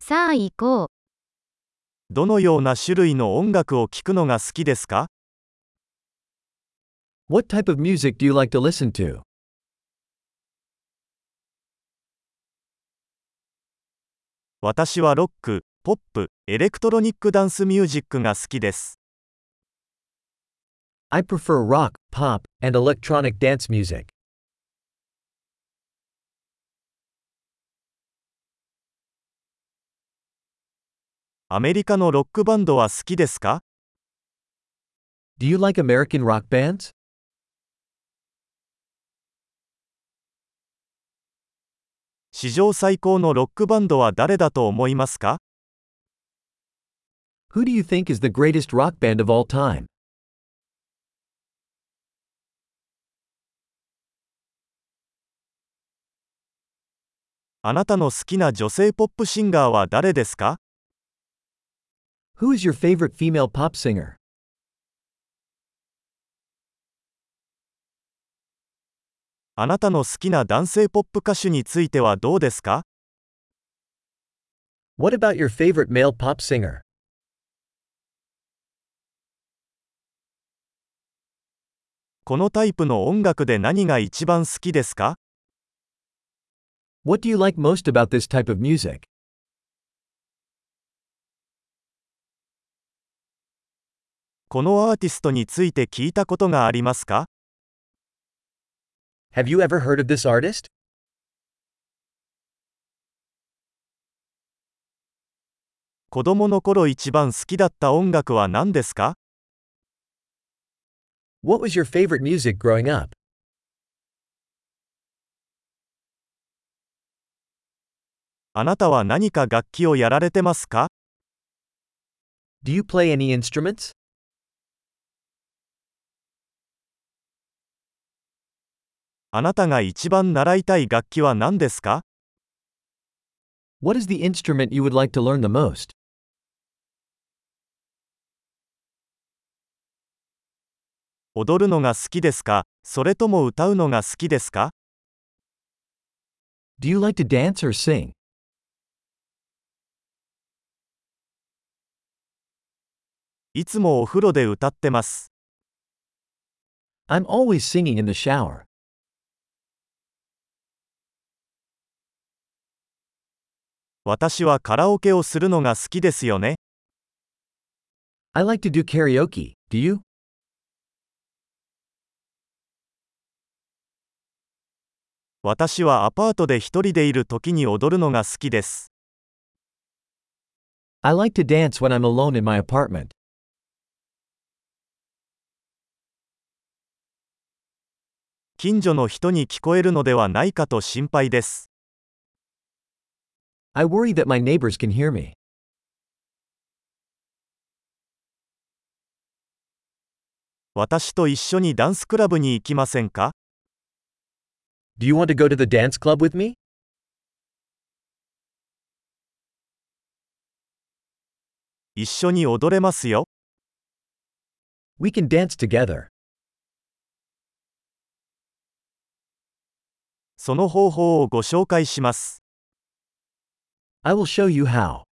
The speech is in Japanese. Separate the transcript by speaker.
Speaker 1: さあ行こう。
Speaker 2: どのような種類の音楽を聴くのが好きですか
Speaker 3: What type of music do you like to listen to?
Speaker 2: 私はロック、ポップ、エレクトロニックダンスミュージックが好きです。
Speaker 3: I prefer rock, pop, and electronic dance music.
Speaker 2: アメリカのロックバンドは好きですか
Speaker 3: Do you like American rock bands?
Speaker 2: 史上最高のロックバンドは誰だと思いますか
Speaker 3: Who do you think is the greatest rock band of all time?
Speaker 2: あなたの好きな女性ポップシンガーは誰ですか
Speaker 3: Who is your favorite female pop singer?
Speaker 2: あなたの好きな男性ポップ歌手についてはどうですか
Speaker 3: What about your favorite male pop singer?
Speaker 2: このタイプの音楽で何が一番好きですか
Speaker 3: What do you like most about this type of music?
Speaker 2: このアーティストについて聞いたことがありますか
Speaker 3: Have you ever heard of this artist?
Speaker 2: 子供の頃一番好きだった音楽は何ですか
Speaker 3: What was your favorite music growing up?
Speaker 2: あなたは何か楽器をやられてますか
Speaker 3: Do you play any instruments?
Speaker 2: あなたが一番習いたい楽器は何ですか
Speaker 3: What is the instrument you would like to learn the most?
Speaker 2: 踊るのが好きですかそれとも歌うのが好きですか
Speaker 3: Do you like to dance or sing?
Speaker 2: いつもお風呂で歌ってます。
Speaker 3: I'm always singing in the shower.
Speaker 2: 私はカラオケをするのが好きですよね。
Speaker 3: I like to do karaoke, do you?
Speaker 2: 私はアパートで一人でいる時に踊るのが好きです。
Speaker 3: I like to dance when I'm alone in my apartment.
Speaker 2: 近所の人に聞こえるのではないかと心配です。
Speaker 3: I worry that my neighbors can hear me.
Speaker 2: 私と一緒にダンスクラブに行きませんか
Speaker 3: Do you want to go to the dance club with me?
Speaker 2: 一緒に踊れますよ。
Speaker 3: We can dance together.
Speaker 2: その方法をご紹介します。
Speaker 3: I will show you how.